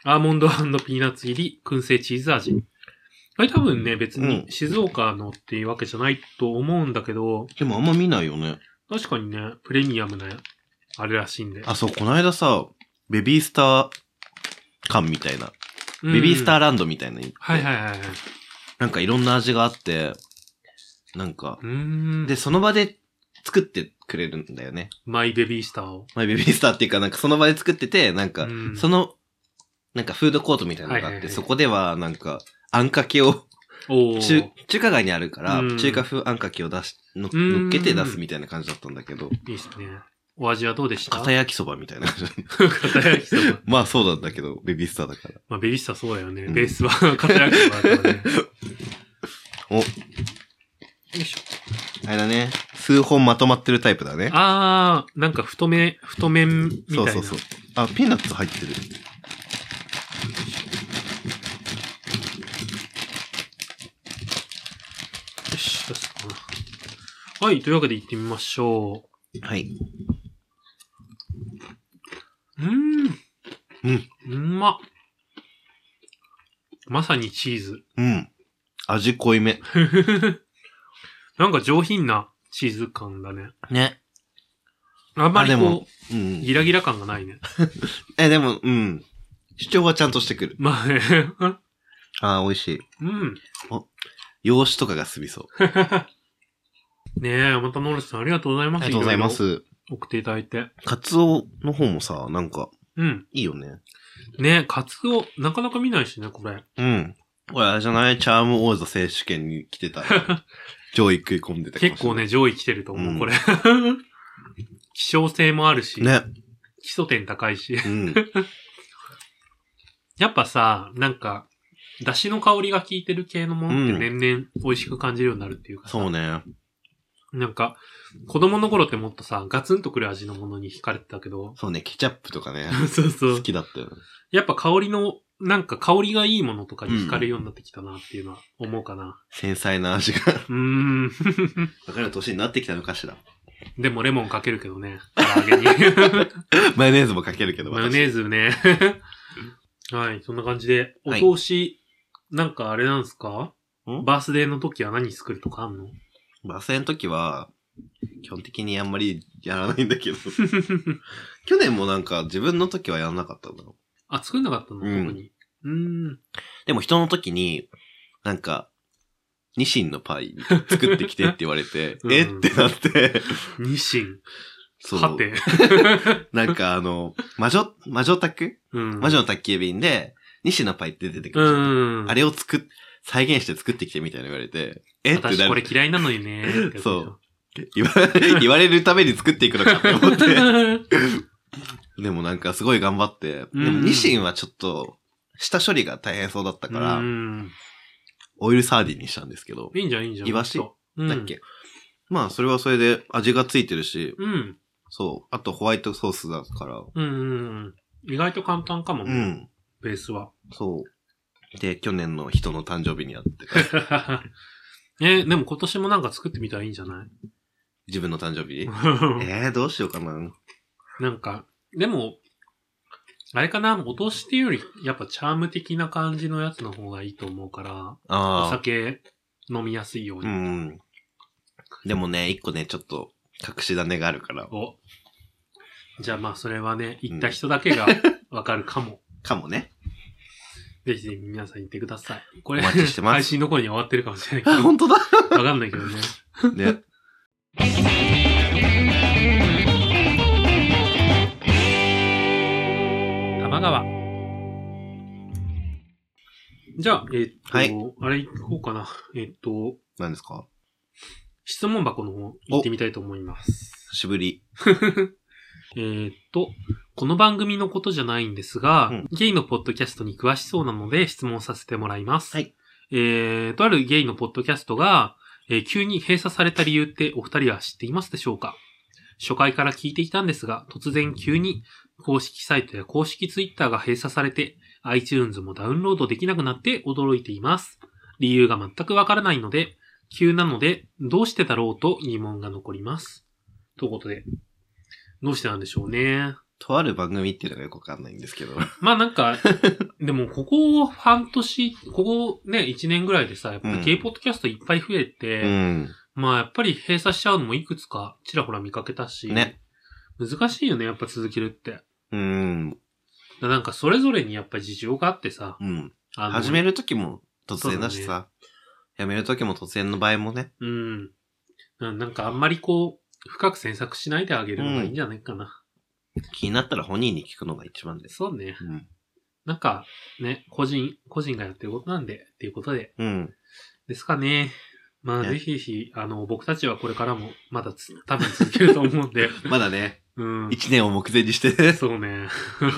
Speaker 2: アーモンドピーナッツ入り、燻製チーズ味。あれ多分ね、別に
Speaker 1: うん
Speaker 2: 静岡のっていうわけじゃないと思うんだけど、
Speaker 1: でもあんま見ないよね。
Speaker 2: 確かにね、プレミアムな、あれらしいんで。
Speaker 1: あ、そう、この間さ、ベビースター感みたいな。
Speaker 2: うん、
Speaker 1: ベビースター
Speaker 2: ー。
Speaker 1: ランドみたいなの行って。
Speaker 2: はいはいはいはい。
Speaker 1: なんかいろんな味があって、なんか
Speaker 2: う、ーん。
Speaker 1: で、
Speaker 2: で、
Speaker 1: その場で作ってくれるんだよね。
Speaker 2: マイベビースターを。
Speaker 1: まあ、ベビースターっていうか、なんかその場で作ってて、なんか
Speaker 2: う、ん
Speaker 1: その、なんかフードコートみたいなのがあ
Speaker 2: はい
Speaker 1: っ
Speaker 2: はい
Speaker 1: て、
Speaker 2: はい
Speaker 1: そこではなんか、あんかけを、
Speaker 2: おー
Speaker 1: 中、中華街にあるから
Speaker 2: うん、
Speaker 1: 中華風あんかけを出し、の
Speaker 2: うん
Speaker 1: 乗っけて出すみたいな感じだったんだけど、
Speaker 2: いいっすね。お味はどうでした
Speaker 1: 片焼きそばみたいな感じ。
Speaker 2: 片焼きそば。
Speaker 1: まあそうなんだけど、ベビースターだから。
Speaker 2: まあ、ベビースターそうだよね。
Speaker 1: うん
Speaker 2: ベースは 片焼きそばだからね。
Speaker 1: お、
Speaker 2: よいしょ。
Speaker 1: あれだね。数本まとまってるタイプだね。
Speaker 2: あー、なんか太め、太麺みたい
Speaker 1: そう
Speaker 2: な。
Speaker 1: そうそう。あ、ピーナッツ入ってる。
Speaker 2: よし、出すかな。はい、というわけで行ってみましょ
Speaker 1: はい。
Speaker 2: う。うーん。
Speaker 1: うん。
Speaker 2: うまっ。まさにチーズ。
Speaker 1: うん。味濃いめ。
Speaker 2: なんか上品なチーズ感だね。
Speaker 1: ね。
Speaker 2: あんまり
Speaker 1: あでも
Speaker 2: こう、
Speaker 1: うん。
Speaker 2: ギラギラ感がないね。
Speaker 1: え、でも、うん。主張はちゃんとしてくる。
Speaker 2: まあね。
Speaker 1: あー美味しい。
Speaker 2: うん。
Speaker 1: 洋酒とかが過ぎ そう。
Speaker 2: ねえ、またノルスさんありがとうござい
Speaker 1: あ
Speaker 2: ます。
Speaker 1: りがとうございま
Speaker 2: ろ
Speaker 1: す。
Speaker 2: ろ送っていただいて。
Speaker 1: カツオの方もさ、なんか、
Speaker 2: うん。
Speaker 1: いいよね。
Speaker 2: ねえ、カツオ、なかなか見ないしね、これ。
Speaker 1: うん。これあれじゃないチャーム王座選手権に来て た。上位食い込んでたかも
Speaker 2: 結
Speaker 1: しれ
Speaker 2: 構
Speaker 1: ない
Speaker 2: ね、上位来てると思う、
Speaker 1: うん
Speaker 2: これ。 希少性もあるし、
Speaker 1: ね。
Speaker 2: 基礎点高いし。
Speaker 1: うん。
Speaker 2: やっぱさ、なんか、出汁の香りが効いてる系のものって
Speaker 1: う
Speaker 2: 年々美味しく感じるようになるっていうかさ、
Speaker 1: そうね。
Speaker 2: なんか、子供の頃ってもっとさ、ガツンとくる味のものに惹かれてたけど、
Speaker 1: そうね、ケチャップとか ね。
Speaker 2: そうそ
Speaker 1: 好
Speaker 2: う。
Speaker 1: きだったよね。
Speaker 2: やっぱ香りの、なんか香りがいいものとかに惹かれるようになってきたなっていうのは思うかな。
Speaker 1: 繊細な味が。
Speaker 2: うーん。
Speaker 1: わかる年になってきたのかしら。
Speaker 2: でもレモンかけるけどね、唐揚げに。
Speaker 1: マヨネーズもかけるけど、
Speaker 2: マヨ
Speaker 1: 私
Speaker 2: ネーズね。はい、そんな感じで。お
Speaker 1: はい
Speaker 2: 通し、なんかあれなんですか
Speaker 1: ん
Speaker 2: バースデーの時は何作るとかあんの
Speaker 1: バスの時は、基本的にあんまりやらないんだ けど。去年もなんか自分の時はやらなかったんだろう。
Speaker 2: あ、作んなかったの
Speaker 1: うん
Speaker 2: 特に。うーん。、
Speaker 1: でも人の時に、なんか、ニシンのパイ作ってきてって言われ て
Speaker 2: うん
Speaker 1: えってなって、
Speaker 2: ニシン。
Speaker 1: そ
Speaker 2: は
Speaker 1: う。
Speaker 2: て。
Speaker 1: なんかあの、魔女、魔女宅
Speaker 2: うん。
Speaker 1: 魔女の宅急便で、ニシンのパイって出てく
Speaker 2: う
Speaker 1: るじゃん。
Speaker 2: ん。
Speaker 1: あれを作っ、再現して作ってきてみたいな言われて、えって
Speaker 2: 私
Speaker 1: な
Speaker 2: これ
Speaker 1: る。
Speaker 2: 嫌いなのよね。
Speaker 1: そう言わ 言われるために作っていくのかって思 って。でもなんかすごい頑張って、
Speaker 2: うん
Speaker 1: でもニシンはちょっと、下処理が大変そうだった
Speaker 2: だか。
Speaker 1: からら、
Speaker 2: うん。
Speaker 1: オイルサーディンにしたんですけど、
Speaker 2: いいんじゃん、いいんじゃん。
Speaker 1: イワシ
Speaker 2: ほんとうん。
Speaker 1: だっけまあそれはそれで味がついてるし、
Speaker 2: うん。
Speaker 1: そう、あとホワイトソースだから、
Speaker 2: うんうんうん。意外と簡単かも
Speaker 1: う
Speaker 2: ね、
Speaker 1: ん、
Speaker 2: ベースは。
Speaker 1: そう。で、去年の人の誕生日にやって、
Speaker 2: え、でも今年もなんか作ってみたらいいんじゃない
Speaker 1: 自分の 誕生日えー、どうしようかな。
Speaker 2: なんか、でも、あれかな、落としっていうより、やっぱチャーム的な感じのやつの方がいいと思うから、お
Speaker 1: ああ。
Speaker 2: 酒飲みやすいよう
Speaker 1: う
Speaker 2: に。
Speaker 1: ん。でもね、一個ね、ちょっと隠し種があるから、
Speaker 2: お。じゃあまあそれはね、行った人だけ がわかるかも。
Speaker 1: かも ね。
Speaker 2: ぜひぜひ皆さん行ってください。これ、
Speaker 1: お待ちしてます
Speaker 2: 配信の頃には終わってるかもしれないけ
Speaker 1: あ、本当だ
Speaker 2: ど、わかんないけどね。
Speaker 1: ね。
Speaker 2: 玉川。じゃあ、えっと、
Speaker 1: はい
Speaker 2: あれ行こうかな。えっと、
Speaker 1: 何ですか
Speaker 2: 質問箱の方行ってみたいと思います。
Speaker 1: 久しぶり。
Speaker 2: えっと、この番組のことじゃないんですが、
Speaker 1: うん
Speaker 2: ゲイのポッドキャストに詳しそうなので質問させてもらいます。
Speaker 1: はい
Speaker 2: えー、とあるゲイのポッドキャストが、えー急に閉鎖された理由ってお二人は知っていますでしょうか初回から聞いていたんですが、突然急に公式サイトや公式ツイッターが閉鎖されて、iTunes もダウンロードできなくなって驚いています。理由が全くわからないので、急なので、どうしてだろうと疑問が残ります。ということで、どうしてなんでしょうね。
Speaker 1: とある番組っていうのがよくわかんないんですけど。
Speaker 2: まあな んか、でもここ半年、ここね、1年ぐらいでさ、やっぱ
Speaker 1: うん
Speaker 2: K ポッドキャストいっぱい増え
Speaker 1: う
Speaker 2: て、
Speaker 1: ん。
Speaker 2: まあやっぱり閉鎖しちゃうのもいくつかちらほら見かけたし、
Speaker 1: ね
Speaker 2: 難しいよね、やっぱ続けるって。
Speaker 1: うん。
Speaker 2: だなんかそれぞれにやっぱ事情があってさ、
Speaker 1: うん。
Speaker 2: あの
Speaker 1: 始めるときも突然だしさ、やめるときも突然の場合もね。
Speaker 2: うん。ななんかあんまりこう、深く詮索しないであげるのがいいんじゃないかな。
Speaker 1: 気になったら本人に聞くのが一番です。
Speaker 2: そうね。
Speaker 1: うん。
Speaker 2: なんか、ね、個人、個人がやってることなんで、っていうことで、
Speaker 1: うん。
Speaker 2: ですかね。まあ、
Speaker 1: ね
Speaker 2: ぜひぜひ、あの、僕たちはこれからも、まだつ、多分続けると思うん で、
Speaker 1: まだね、
Speaker 2: うん。
Speaker 1: 一年を目前にして、
Speaker 2: そうね。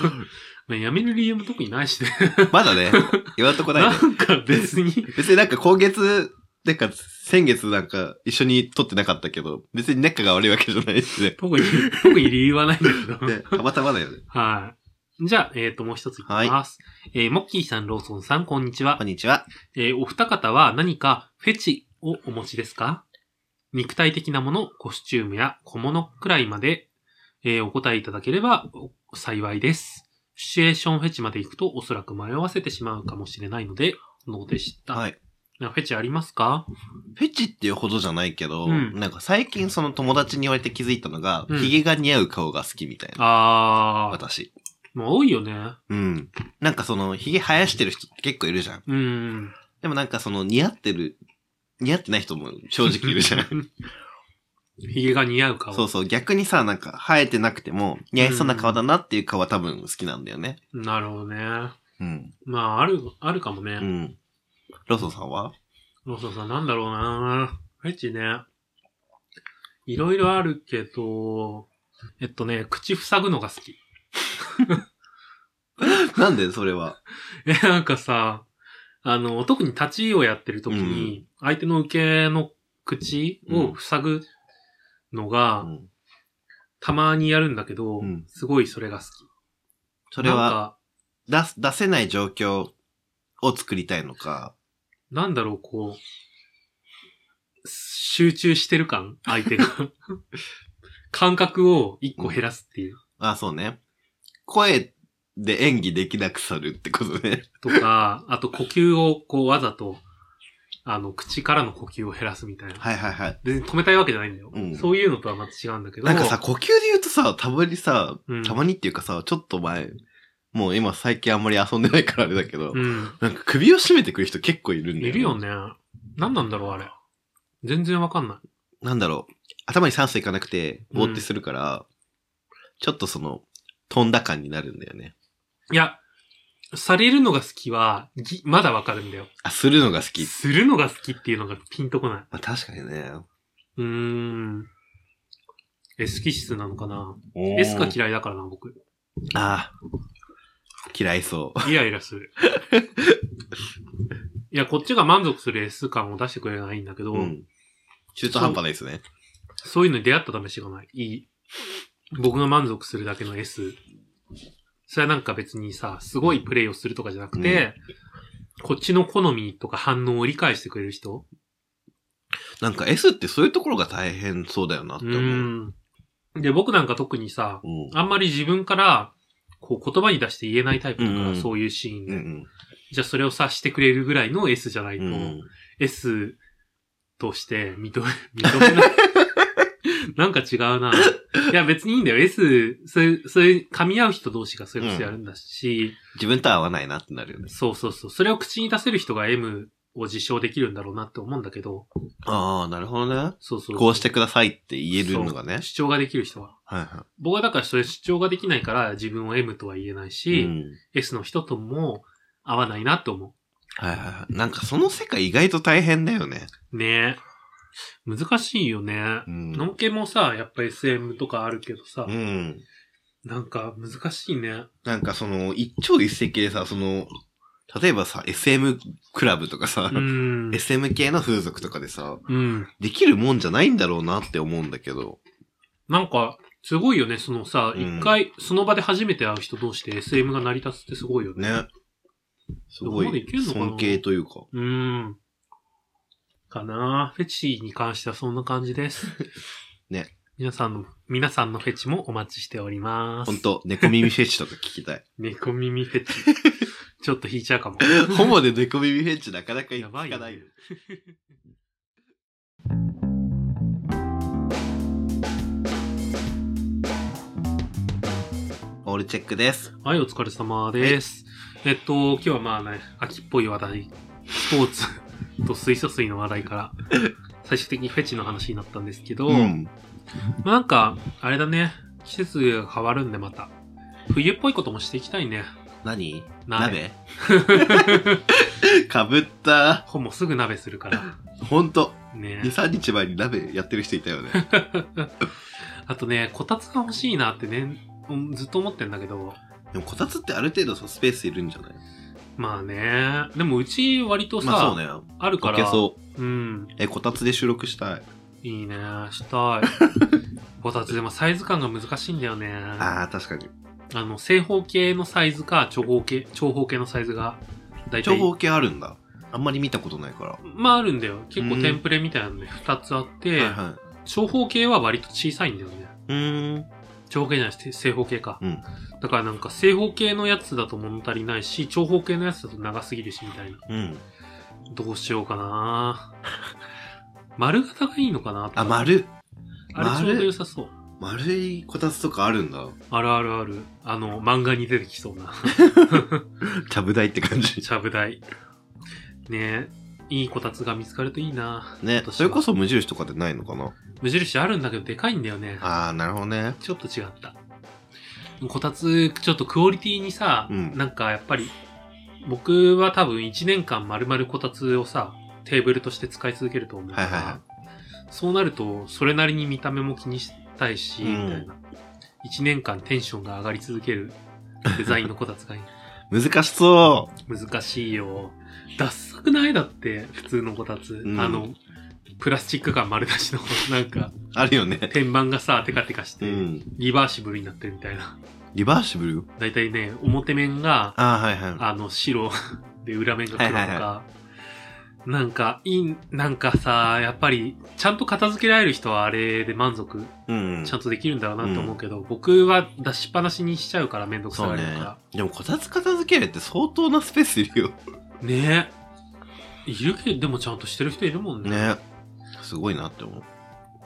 Speaker 2: まあ、やめる理由も特にないしね。
Speaker 1: まだね、言わんとこないね。
Speaker 2: なんか 別に、
Speaker 1: 別になんか今月、なんか先月なんか一緒に撮ってなかったけど、別に仲が悪いわけじゃないし ね。
Speaker 2: 特に、特に理由はないんだけど。
Speaker 1: ねたまたまだよ ね。
Speaker 2: はい。じゃあ、えっ、と、もう一ついきます。えーモッキーさん、ローソンさん、こんにちは
Speaker 1: こん。にちは。
Speaker 2: えーお二方は何かフェチをお持ちですか肉体的なもの、コスチュームや小物くらいまで、えーお答えいただければお幸いです。シチュエーションフェチまで行くとおそらく迷わせてしまうかもしれないので、のでした。
Speaker 1: はい。
Speaker 2: なフェチありますか
Speaker 1: フェチっていうほどじゃないけど、
Speaker 2: うん
Speaker 1: なんか最近その友達に言われて気づいたのが、
Speaker 2: うん
Speaker 1: 髭が似合う顔が好きみたいな。
Speaker 2: あー、
Speaker 1: 私。
Speaker 2: もう多いよね。
Speaker 1: うん。なんかその、髭生やしてる人って結構いるじゃん。
Speaker 2: うん。
Speaker 1: でもなんかその、似合ってる、似合ってない人も正直いる じゃん。
Speaker 2: 髭が似合う 顔。
Speaker 1: そうそう。逆にさ、なんか生えてなくても、似合いそうな顔だなっていう顔は多分好きなんだよね。
Speaker 2: なるほどね。
Speaker 1: うん。
Speaker 2: まあ、ある、あるかも
Speaker 1: う
Speaker 2: ね。
Speaker 1: ん。ローソンさんは
Speaker 2: ローソンさん、なんだろうなフェチね。いろいろあるけど、えっとね、口塞ぐのが好き。
Speaker 1: なんでそれは。
Speaker 2: え、なんかさ、あの、特に立ちをやってる時に、相手の受けの口を塞ぐの
Speaker 1: う
Speaker 2: が、
Speaker 1: ん。
Speaker 2: たまにやるんだけど、
Speaker 1: うん
Speaker 2: すごいそれが好き。
Speaker 1: それ
Speaker 2: なん
Speaker 1: は、
Speaker 2: か、
Speaker 1: 出す、出せない状況を作りたいのか。
Speaker 2: なんだろう、こう、集中してる感 相手が。感覚を一個減らすっていう。
Speaker 1: あ、そうね。声で演技できなくさるってことね。
Speaker 2: とか、あと呼吸をこうわざと、あの、口からの呼吸を減らすみたいな。
Speaker 1: はいはいはい。
Speaker 2: 別に止めたいわけじゃないんだよ。
Speaker 1: うん
Speaker 2: そういうのとはまた違うんだけど。
Speaker 1: なんかさ、呼吸で言うとさ、たまにさ、
Speaker 2: うん、
Speaker 1: たまにっていうかさ、ちょっと前、もう今最近あんまり遊んでないからあれだけど、
Speaker 2: うん。
Speaker 1: なんか首を絞めてくる人結構いるんだよ、
Speaker 2: いるよ。ね。何なんだろう、あれ。全然わかんない。
Speaker 1: なんだろう。頭に酸素いかなくて、ぼーってするから、ちょっとその、飛んだ感になるんだよね。
Speaker 2: いや、されるのが好きは、ぎまだわかるんだよ。
Speaker 1: あ、するのが好き。
Speaker 2: するのが好きっていうのがピンとこない。
Speaker 1: まあ確かにね。
Speaker 2: うーん。S 気質なのかな
Speaker 1: おー
Speaker 2: ?S が嫌いだからな、僕。
Speaker 1: ああ。嫌いそう。
Speaker 2: イライラす る。いや、こっちが満足する S 感を出してくれないんだけど、
Speaker 1: うん。中途半端ないですね。
Speaker 2: そういうのに出会った試しがない。いい。僕が満足するだけの S。それはなんか別にさ、すごいプレイをするとかじゃなくて、こっちの好みとか反応を理解してくれる人
Speaker 1: なんか S ってそういうところが大変そうだよなって
Speaker 2: う
Speaker 1: 思う。
Speaker 2: ん。で、僕なんか特にさ、
Speaker 1: うん。
Speaker 2: あんまり自分からこう言葉に出して言えないタイプだから、
Speaker 1: うん
Speaker 2: そういうシーンで。
Speaker 1: うん
Speaker 2: じゃあそれを察してくれるぐらいの S じゃないと、
Speaker 1: うん。うん。
Speaker 2: S として認め、認め ない。なんか違うな。いや別にいいんだよ。S、そういう、そういう、噛み合う人同士がそういうことやるんだし、
Speaker 1: 自分とは合わないなってなるよね。
Speaker 2: そうそうそう。それを口に出せる人が M を自称できるんだろうなって思うんだけど、
Speaker 1: ああ、なるほどね。
Speaker 2: そうそうそう
Speaker 1: こうしてくださいって言えるのがね。
Speaker 2: 主張ができる人は。
Speaker 1: はいは
Speaker 2: 僕はだからそれ主張ができないから自分を M とは言えない
Speaker 1: い。
Speaker 2: し、
Speaker 1: うん。
Speaker 2: S の人とも合わないなって思
Speaker 1: はいはいはい。なんかその世界意外と大変だよね。
Speaker 2: う。ねえ。難しいよね。
Speaker 1: うん。
Speaker 2: のんけもさ、やっぱ SM とかあるけどさ
Speaker 1: う、ん。
Speaker 2: なんか難しいね。
Speaker 1: なんかその、一朝一夕でさ、その、例えばさ、SM クラブとかさ、
Speaker 2: うん。
Speaker 1: SM 系の風俗とかでさ、
Speaker 2: うん。
Speaker 1: できるもんじゃないんだろうなって思うんだけど。
Speaker 2: なんか、すごいよね、そのさ、
Speaker 1: うん
Speaker 2: 一、回、その場で初めて会う人同士で SM が成り立つってすごいよね。
Speaker 1: ね。すご
Speaker 2: どこまでい
Speaker 1: い
Speaker 2: けんの、かな
Speaker 1: 尊敬というか。
Speaker 2: うーん。かなぁフェチに関してはそんな感じです。
Speaker 1: ね。
Speaker 2: 皆さんの、皆さんのフェチもお待ちしております。
Speaker 1: ほんと、猫耳フェチとか聞き たい。
Speaker 2: 猫 耳フェチ。ちょっと引いちゃうかも。
Speaker 1: ホモで猫耳フェチなかなか
Speaker 2: や
Speaker 1: 聞
Speaker 2: ばいよ
Speaker 1: か
Speaker 2: ね、
Speaker 1: ないよ。オールチェックです。
Speaker 2: はい、お疲れ様です。えっと、今日はまあね、秋っぽい話題、スポーツと水素水の話 題から、最終的にフェチの話になったんですけど、
Speaker 1: うん。
Speaker 2: まあなんか、あれだね、季節が変わるんでまた、冬っぽいこともしていきたいね。
Speaker 1: 何
Speaker 2: 鍋
Speaker 1: 鍋 かぶった。
Speaker 2: ほぼすぐ鍋するから。
Speaker 1: ほんと、
Speaker 2: ね
Speaker 1: 2、3日前に鍋やってる人いたよね。
Speaker 2: あとね、こたつが欲しいなってね、うんずっと思ってんだけど、
Speaker 1: でもこたつってある程度さ、スペースいるんじゃない
Speaker 2: まあね、でもうち割とさ、
Speaker 1: まあそうね。
Speaker 2: あるか
Speaker 1: 溶
Speaker 2: ら、
Speaker 1: けそう。
Speaker 2: うん、
Speaker 1: え、こたつで収録したい。
Speaker 2: いいね、 したい。こたつでもサイズ感が難しいんだよね。あ
Speaker 1: ああ、確かに。
Speaker 2: の、正方形のサイズか長方形、長方形のサイズが、大
Speaker 1: 長
Speaker 2: 体、
Speaker 1: 方形あるんだ。あんまり見たことないから。
Speaker 2: まああるんだよ。結
Speaker 1: う
Speaker 2: 構
Speaker 1: ん
Speaker 2: テンプレみたいなので2つあって、
Speaker 1: はいはい。
Speaker 2: 長方形は割と小さいんだよね。
Speaker 1: うーん。
Speaker 2: 長方形じゃなくて正方形か。
Speaker 1: うん
Speaker 2: だからなんか正方形のやつだと物足りないし、長方形のやつだと長すぎるしみたいな。
Speaker 1: うん。
Speaker 2: どうしようかな丸型がいいのかな
Speaker 1: あ、丸。
Speaker 2: あれちょうど良さそう。
Speaker 1: 丸いこたつとかあるんだ。
Speaker 2: あるあるある。あの、漫画に出てきそうな。
Speaker 1: ちゃぶ台って感じ。
Speaker 2: ちゃぶ台。ねえ、いいこたつが見つかるといいな
Speaker 1: ね
Speaker 2: 私、は
Speaker 1: それこそ無印とかでないのかな。
Speaker 2: 無印あるんだけどでかいんだよね。
Speaker 1: ああ、なるほどね。
Speaker 2: ちょっと違った。こたつ、ちょっとクオリティにさ、
Speaker 1: うん
Speaker 2: なんかやっぱり、僕は多分1年間丸々こたつをさ、テーブルとして使い続けると思うから、
Speaker 1: はいはいは
Speaker 2: そうなると、それなりに見た目も気にしたいし、
Speaker 1: うん
Speaker 2: みたいな。1年間テンションが上がり続 けるデザインのこたつがいい。
Speaker 1: 難しそ
Speaker 2: 難しいよ。ダッサくないだって、普通のこたつ。
Speaker 1: うん
Speaker 2: あの、プラスチック感丸出しの、なんか、
Speaker 1: う。あるよね。
Speaker 2: 天板がさ、テカテカし
Speaker 1: う
Speaker 2: て、
Speaker 1: ん。
Speaker 2: リバーシブルになってるみたいな。
Speaker 1: リバーシブル
Speaker 2: だいたいね、表面が、
Speaker 1: ああ、はいは
Speaker 2: あの、白 で裏面が黒とか、
Speaker 1: はいはいは
Speaker 2: なんか、いい、なんかさ、やっぱり、ちゃんと片付けられる人はあれで満足、
Speaker 1: い。うん
Speaker 2: ちゃんとできるんだろうなって思うけど、僕は出しっぱなしにしちゃうからめんどくさ
Speaker 1: そう
Speaker 2: がり
Speaker 1: ね
Speaker 2: だか。
Speaker 1: でもこたつ片付けるって相当なスペースいるよ。
Speaker 2: ら。ねえ。いるけど、でもちゃんとしてる人いるもんね。
Speaker 1: ね。すごいなって思う。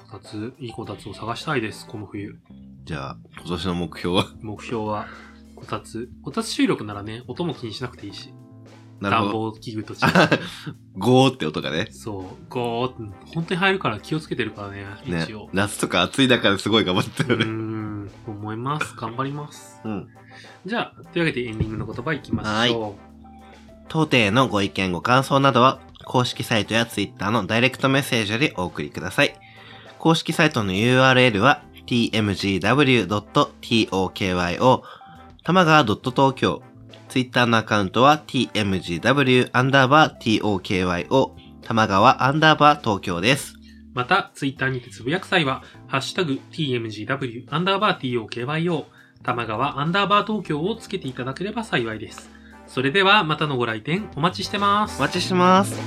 Speaker 2: こたつ、いいこたつを探したいです、この冬。
Speaker 1: じゃあ、今年の目標は。
Speaker 2: 目標は、こたつ。こたつ収録ならね、音も気にしなくていいし。
Speaker 1: なる
Speaker 2: 暖
Speaker 1: ほど。
Speaker 2: 房器具と違う。
Speaker 1: ゴーって音がね。
Speaker 2: そう、ゴーって、本当に入るから気をつけてるからね、
Speaker 1: ね
Speaker 2: 一応。。
Speaker 1: 夏とか暑い中ですごい頑張って
Speaker 2: うー
Speaker 1: るよね。
Speaker 2: ん、思います。頑張ります。
Speaker 1: うん。
Speaker 2: じゃあ、というわけでエンディングの言葉いきましょ
Speaker 1: 当店へのご意見ご感想などは、公式サイトや Twitter のダイレクトメッセージよりお送りください。公式サイトの URL は tmgw.tokyo 玉川 .tokyo Twitter のアカウントは tmgw.tokyo 玉川 .tokyo です。
Speaker 2: う。また、ツイッターにてつぶやく際は、ハッシュタグ、tmgw、アンダーバー tokyo、玉川アンダーバー東京をつけていただければ幸いです。それでは、またのご来店お待ちしてます
Speaker 1: お。待ちしてます。